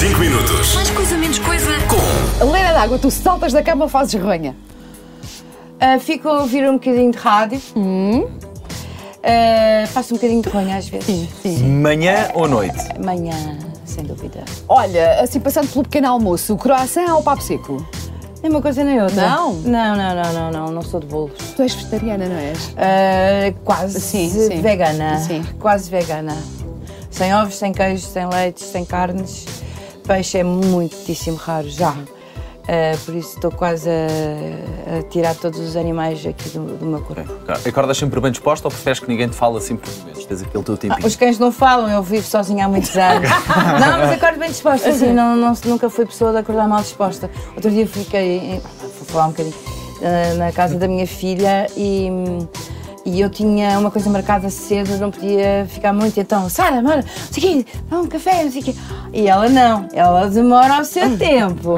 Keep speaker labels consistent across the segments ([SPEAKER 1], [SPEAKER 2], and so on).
[SPEAKER 1] 5 minutos
[SPEAKER 2] Mais coisa, menos coisa.
[SPEAKER 1] com
[SPEAKER 3] Helena d'água, tu saltas da cama, fazes ronha.
[SPEAKER 4] Ah, fico a ouvir um bocadinho de rádio.
[SPEAKER 3] Hum?
[SPEAKER 4] Ah, faço um bocadinho de ronha às vezes.
[SPEAKER 5] Manhã ou noite?
[SPEAKER 4] Manhã, sem dúvida.
[SPEAKER 3] Olha, assim passando pelo pequeno almoço, croissant ou papo seco?
[SPEAKER 4] Nem É uma coisa nem outra.
[SPEAKER 3] Não?
[SPEAKER 4] Não, não, não, não, não, não sou de bolos.
[SPEAKER 3] Tu és vegetariana, não és?
[SPEAKER 4] Ah, quase
[SPEAKER 3] Sim, sim.
[SPEAKER 4] vegana.
[SPEAKER 3] Sim.
[SPEAKER 4] Quase vegana. Sem ovos, sem queijos, sem leites, sem carnes. Peixe é muitíssimo raro já. Ah, por isso estou quase a, a tirar todos os animais aqui do, do meu corpo.
[SPEAKER 5] Acordas sempre bem disposta ou preferes que ninguém te fale assim por momentos? Tens aquele teu tempinho.
[SPEAKER 4] Ah, Os cães não falam, eu vivo sozinha há muitos anos. não, mas acordo bem disposta, assim, não, não- nunca fui pessoa de acordar mal disposta. Outro dia fiquei, em- vou falar um bocadinho, eh, na casa da minha filha e, e eu tinha uma coisa marcada cedo, não podia ficar muito, então, Sara, bora, não sei o quê, dá um café, não sei o quê. E ela não, ela demora o seu tempo.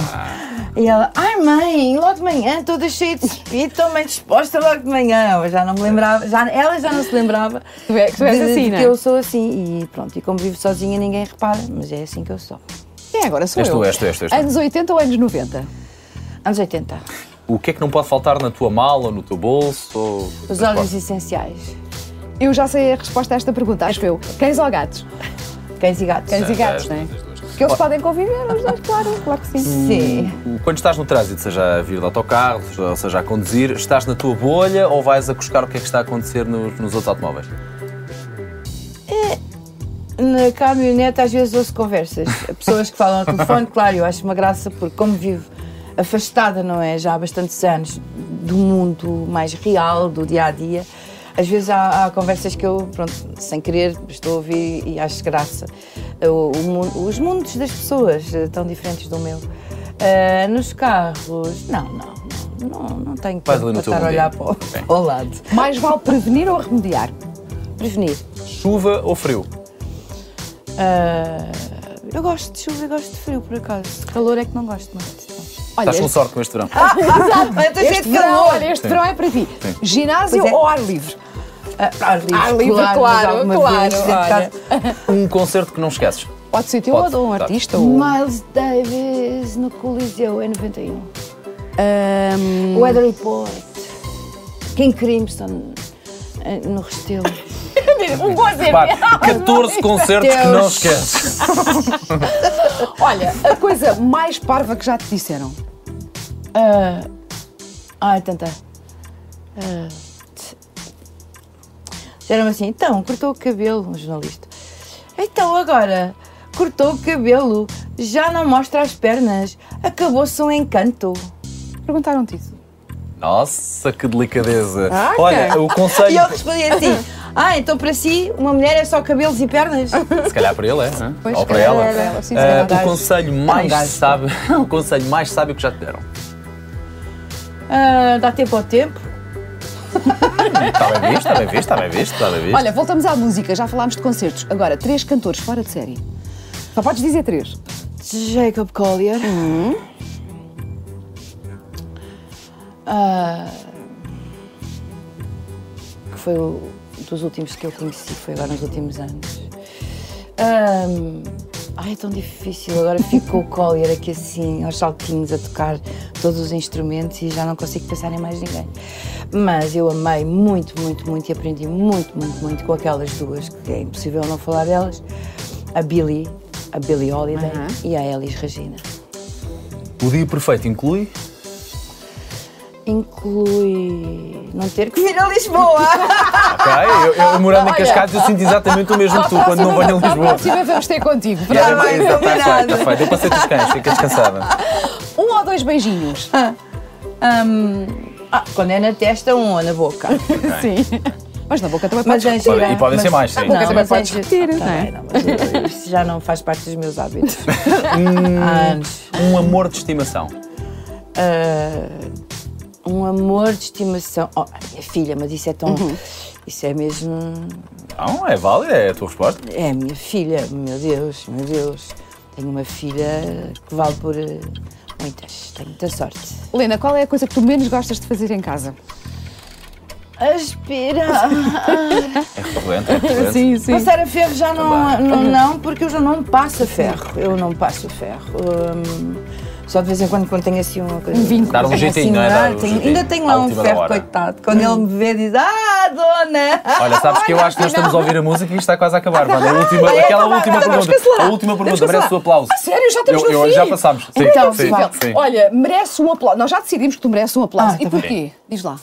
[SPEAKER 4] E ela, ai mãe, logo de manhã, toda cheia de espírito, tão bem disposta logo de manhã. Eu já não me lembrava, já, ela já não se lembrava
[SPEAKER 3] Tu é- tu és
[SPEAKER 4] de- de
[SPEAKER 3] assim,
[SPEAKER 4] que
[SPEAKER 3] não é?
[SPEAKER 4] eu sou assim. E pronto, e como vivo sozinha ninguém repara, mas é assim que eu sou.
[SPEAKER 3] É, agora sou
[SPEAKER 5] És
[SPEAKER 3] eu.
[SPEAKER 5] tu, és tu, és tu, és tu.
[SPEAKER 3] Anos 80 ou anos 90?
[SPEAKER 4] Anos 80.
[SPEAKER 5] O que é que não pode faltar na tua mala, no teu bolso? Ou...
[SPEAKER 4] Os óleos essenciais.
[SPEAKER 3] Eu já sei a resposta a esta pergunta, acho eu. Cães ou gatos?
[SPEAKER 4] Cães e gatos.
[SPEAKER 3] Cães e gatos, não é? Porque eles podem conviver, os dois, claro, claro que sim.
[SPEAKER 4] Sim.
[SPEAKER 5] Quando estás no trânsito, seja a vir de autocarro, seja- ou seja a conduzir, estás na tua bolha ou vais a buscar o que é que está a acontecer nos, nos outros automóveis?
[SPEAKER 4] Na caminhonete às vezes ouço conversas. Pessoas que falam ao telefone, claro, eu acho uma graça porque como vivo afastada, não é? Já há bastantes anos do mundo mais real, do dia a dia. Às vezes há, há conversas que eu, pronto, sem querer, estou a ouvir e acho graça. O- o mu- os mundos das pessoas eh, tão diferentes do meu. Ah, nos carros, não, não, não, não, não tenho que
[SPEAKER 5] Vais ali no teu é?
[SPEAKER 4] estar a olhar para
[SPEAKER 5] mundinho.
[SPEAKER 4] o, ao lado.
[SPEAKER 3] Mais vale prevenir ou remediar?
[SPEAKER 4] Prevenir.
[SPEAKER 5] Chuva ou frio?
[SPEAKER 4] Ah, eu gosto de chuva e gosto de frio, por acaso. Calor é que não gosto muito.
[SPEAKER 3] Olha,
[SPEAKER 5] Estás com
[SPEAKER 3] este,
[SPEAKER 5] sorte com este verão.
[SPEAKER 4] Olha, estou cheia
[SPEAKER 3] este
[SPEAKER 4] de
[SPEAKER 3] verão,
[SPEAKER 4] calor.
[SPEAKER 3] olha, este verão é para ti. Ginásio
[SPEAKER 4] Pois é.
[SPEAKER 3] ou ar livre?
[SPEAKER 4] Ah, Ar livre,
[SPEAKER 3] Ar livre,
[SPEAKER 4] mas
[SPEAKER 3] claro,
[SPEAKER 4] alguma
[SPEAKER 3] claro,
[SPEAKER 4] vez, por
[SPEAKER 3] olha.
[SPEAKER 4] acaso.
[SPEAKER 5] Um concerto que não esqueces.
[SPEAKER 3] Pode ser teu
[SPEAKER 5] Pode,
[SPEAKER 3] ou de um
[SPEAKER 5] tá.
[SPEAKER 3] artista? Ou...
[SPEAKER 6] Miles Davis no Coliseu em 91. Weather Report. King Crimson
[SPEAKER 4] Eh, No Restelo.
[SPEAKER 3] É
[SPEAKER 5] Repare, 14 concertos que não
[SPEAKER 4] Deus.
[SPEAKER 5] esqueces.
[SPEAKER 3] Olha, a coisa mais parva que já te disseram.
[SPEAKER 4] Ah. Ai, tanta. Ah, tch. Disseram-me assim, então, cortou o cabelo, um jornalista. Então, agora, cortou o cabelo, já não mostra as pernas, acabou-se um encanto.
[SPEAKER 3] Perguntaram-te isso.
[SPEAKER 5] Nossa, que delicadeza.
[SPEAKER 3] Ah,
[SPEAKER 5] Olha, o
[SPEAKER 4] E
[SPEAKER 5] conselho.
[SPEAKER 4] eu respondi assim, ah, então para si, uma mulher é só cabelos e pernas?
[SPEAKER 5] Se calhar para ele, é? hã? ou para
[SPEAKER 3] calhar
[SPEAKER 5] ela.
[SPEAKER 3] é para ela, sim, se
[SPEAKER 5] Ah,
[SPEAKER 3] calhar.
[SPEAKER 5] o conselho mais
[SPEAKER 4] gajo.
[SPEAKER 5] sábio, o conselho mais sábio que já te deram.
[SPEAKER 4] Ah, dá tempo ao tempo.
[SPEAKER 5] Está bem visto, está bem visto, está bem visto, está bem visto.
[SPEAKER 3] Olha, voltamos à música, já falámos de concertos. Agora, três cantores fora de série. Só podes dizer três.
[SPEAKER 5] Ah.
[SPEAKER 4] Jacob Collier. Ah, que foi o dos últimos que eu conheci, foi agora nos últimos anos. Ahm, ai, é tão difícil. Agora ficou o Collier aqui assim, aos saltinhos, a tocar todos os instrumentos e já não consigo pensar em mais ninguém. Mas eu amei muito, muito, muito e aprendi muito, muito, muito com aquelas duas, que é impossível não falar delas: a Billie, a Billie Holiday e a Elis Regina.
[SPEAKER 5] O dia perfeito inclui.
[SPEAKER 4] Inclui não ter que vir a Lisboa.
[SPEAKER 5] Ok, eu, eu morando em Cascais eu sinto exatamente o mesmo que tu quando não venho a Lisboa.
[SPEAKER 3] Se vamos ter contigo.
[SPEAKER 5] Yeah,
[SPEAKER 4] bem,
[SPEAKER 5] exato, tá
[SPEAKER 4] combinado.
[SPEAKER 5] feito, tá feito. Eu passei dos cães, fica descansada.
[SPEAKER 3] Um ou dois beijinhos.
[SPEAKER 5] Ah,
[SPEAKER 4] Ahm, ah, quando é na testa, um ou na boca.
[SPEAKER 3] Sim. Mas na boca também
[SPEAKER 4] Mas é
[SPEAKER 3] podes.
[SPEAKER 4] em geral-
[SPEAKER 5] Podem- e podem ser
[SPEAKER 4] mas-
[SPEAKER 5] mais, sim.
[SPEAKER 4] Não,
[SPEAKER 5] Boca
[SPEAKER 4] mas
[SPEAKER 3] também
[SPEAKER 4] em
[SPEAKER 3] podes
[SPEAKER 4] geral-
[SPEAKER 3] repetir,
[SPEAKER 4] Tá
[SPEAKER 3] não é?
[SPEAKER 4] bem, não, mas Isso já não faz parte dos meus hábitos. Há anos.
[SPEAKER 5] Um amor de estimação.
[SPEAKER 4] Ah, um amor de estimação. Oh, a minha filha, mas isso é tão. Isso é mesmo.
[SPEAKER 5] Não, é válido, é a tua resposta.
[SPEAKER 4] É a minha filha, meu Deus, meu Deus. Tenho uma filha que vale por eh, muitas. Tenho muita sorte.
[SPEAKER 3] Lena, qual é a coisa que tu menos gostas de fazer em casa?
[SPEAKER 6] Aspirar.
[SPEAKER 5] É recorrente, é recorrente.
[SPEAKER 3] Sim, sim.
[SPEAKER 4] Passar a ferro já não,
[SPEAKER 5] Também.
[SPEAKER 4] não, não, porque eu já não passo a ferro. Eu não passo a ferro. Hum, só de vez em quando, quando tenho assim uma coisa.
[SPEAKER 3] Um vinco.
[SPEAKER 5] Dar um
[SPEAKER 4] Tenho
[SPEAKER 5] jeitinho,
[SPEAKER 4] assim,
[SPEAKER 5] não é? Dar
[SPEAKER 4] ah,
[SPEAKER 5] um
[SPEAKER 4] tenho-
[SPEAKER 5] jeitinho.
[SPEAKER 4] ainda tenho lá
[SPEAKER 5] À
[SPEAKER 4] um
[SPEAKER 5] última
[SPEAKER 4] ferro,
[SPEAKER 5] hora.
[SPEAKER 4] coitado. Quando ele me vê, diz: Ah, dona!
[SPEAKER 5] Olha, sabes que eu acho que nós estamos a ouvir a música e isto está quase a acabar, Wanda. A última,
[SPEAKER 4] Ai,
[SPEAKER 5] aquela
[SPEAKER 4] acabar,
[SPEAKER 5] última
[SPEAKER 4] acabar,
[SPEAKER 5] pergunta. A última pergunta, merece o aplauso.
[SPEAKER 3] Ah, sério, já estamos
[SPEAKER 5] Eu-
[SPEAKER 3] no
[SPEAKER 5] eu-
[SPEAKER 3] fim?
[SPEAKER 5] já passámos. Sim,
[SPEAKER 3] então,
[SPEAKER 5] sim,
[SPEAKER 3] Val,
[SPEAKER 5] sim.
[SPEAKER 3] Olha, merece um aplauso. Nós já decidimos que tu mereces um aplauso.
[SPEAKER 4] Ah,
[SPEAKER 3] e
[SPEAKER 4] tá
[SPEAKER 3] porquê? Diz lá.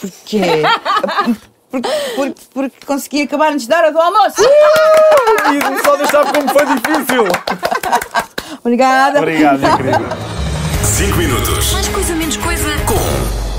[SPEAKER 4] Porquê? Porque, porque, porque consegui acabar antes da hora do almoço.
[SPEAKER 5] E só deixar como foi difícil.
[SPEAKER 4] Obrigada.
[SPEAKER 5] Obrigado, incrível.
[SPEAKER 1] 5 minutos.
[SPEAKER 2] Mais coisa, menos coisa.
[SPEAKER 1] Com